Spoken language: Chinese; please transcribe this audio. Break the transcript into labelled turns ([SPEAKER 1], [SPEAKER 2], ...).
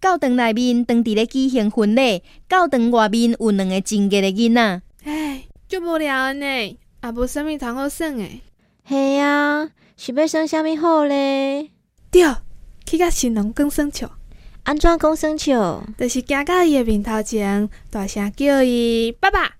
[SPEAKER 1] 堂内面当伫咧举行婚礼，教堂外面有两个真格的囡仔。
[SPEAKER 2] 唉，哎足无聊的呢，也无啥物通好耍的。
[SPEAKER 3] 嘿啊，是要耍啥物好咧？
[SPEAKER 2] 对，去甲神龙更耍笑，
[SPEAKER 3] 安怎讲耍笑？
[SPEAKER 2] 就是行到伊的面头前，大声叫伊爸爸。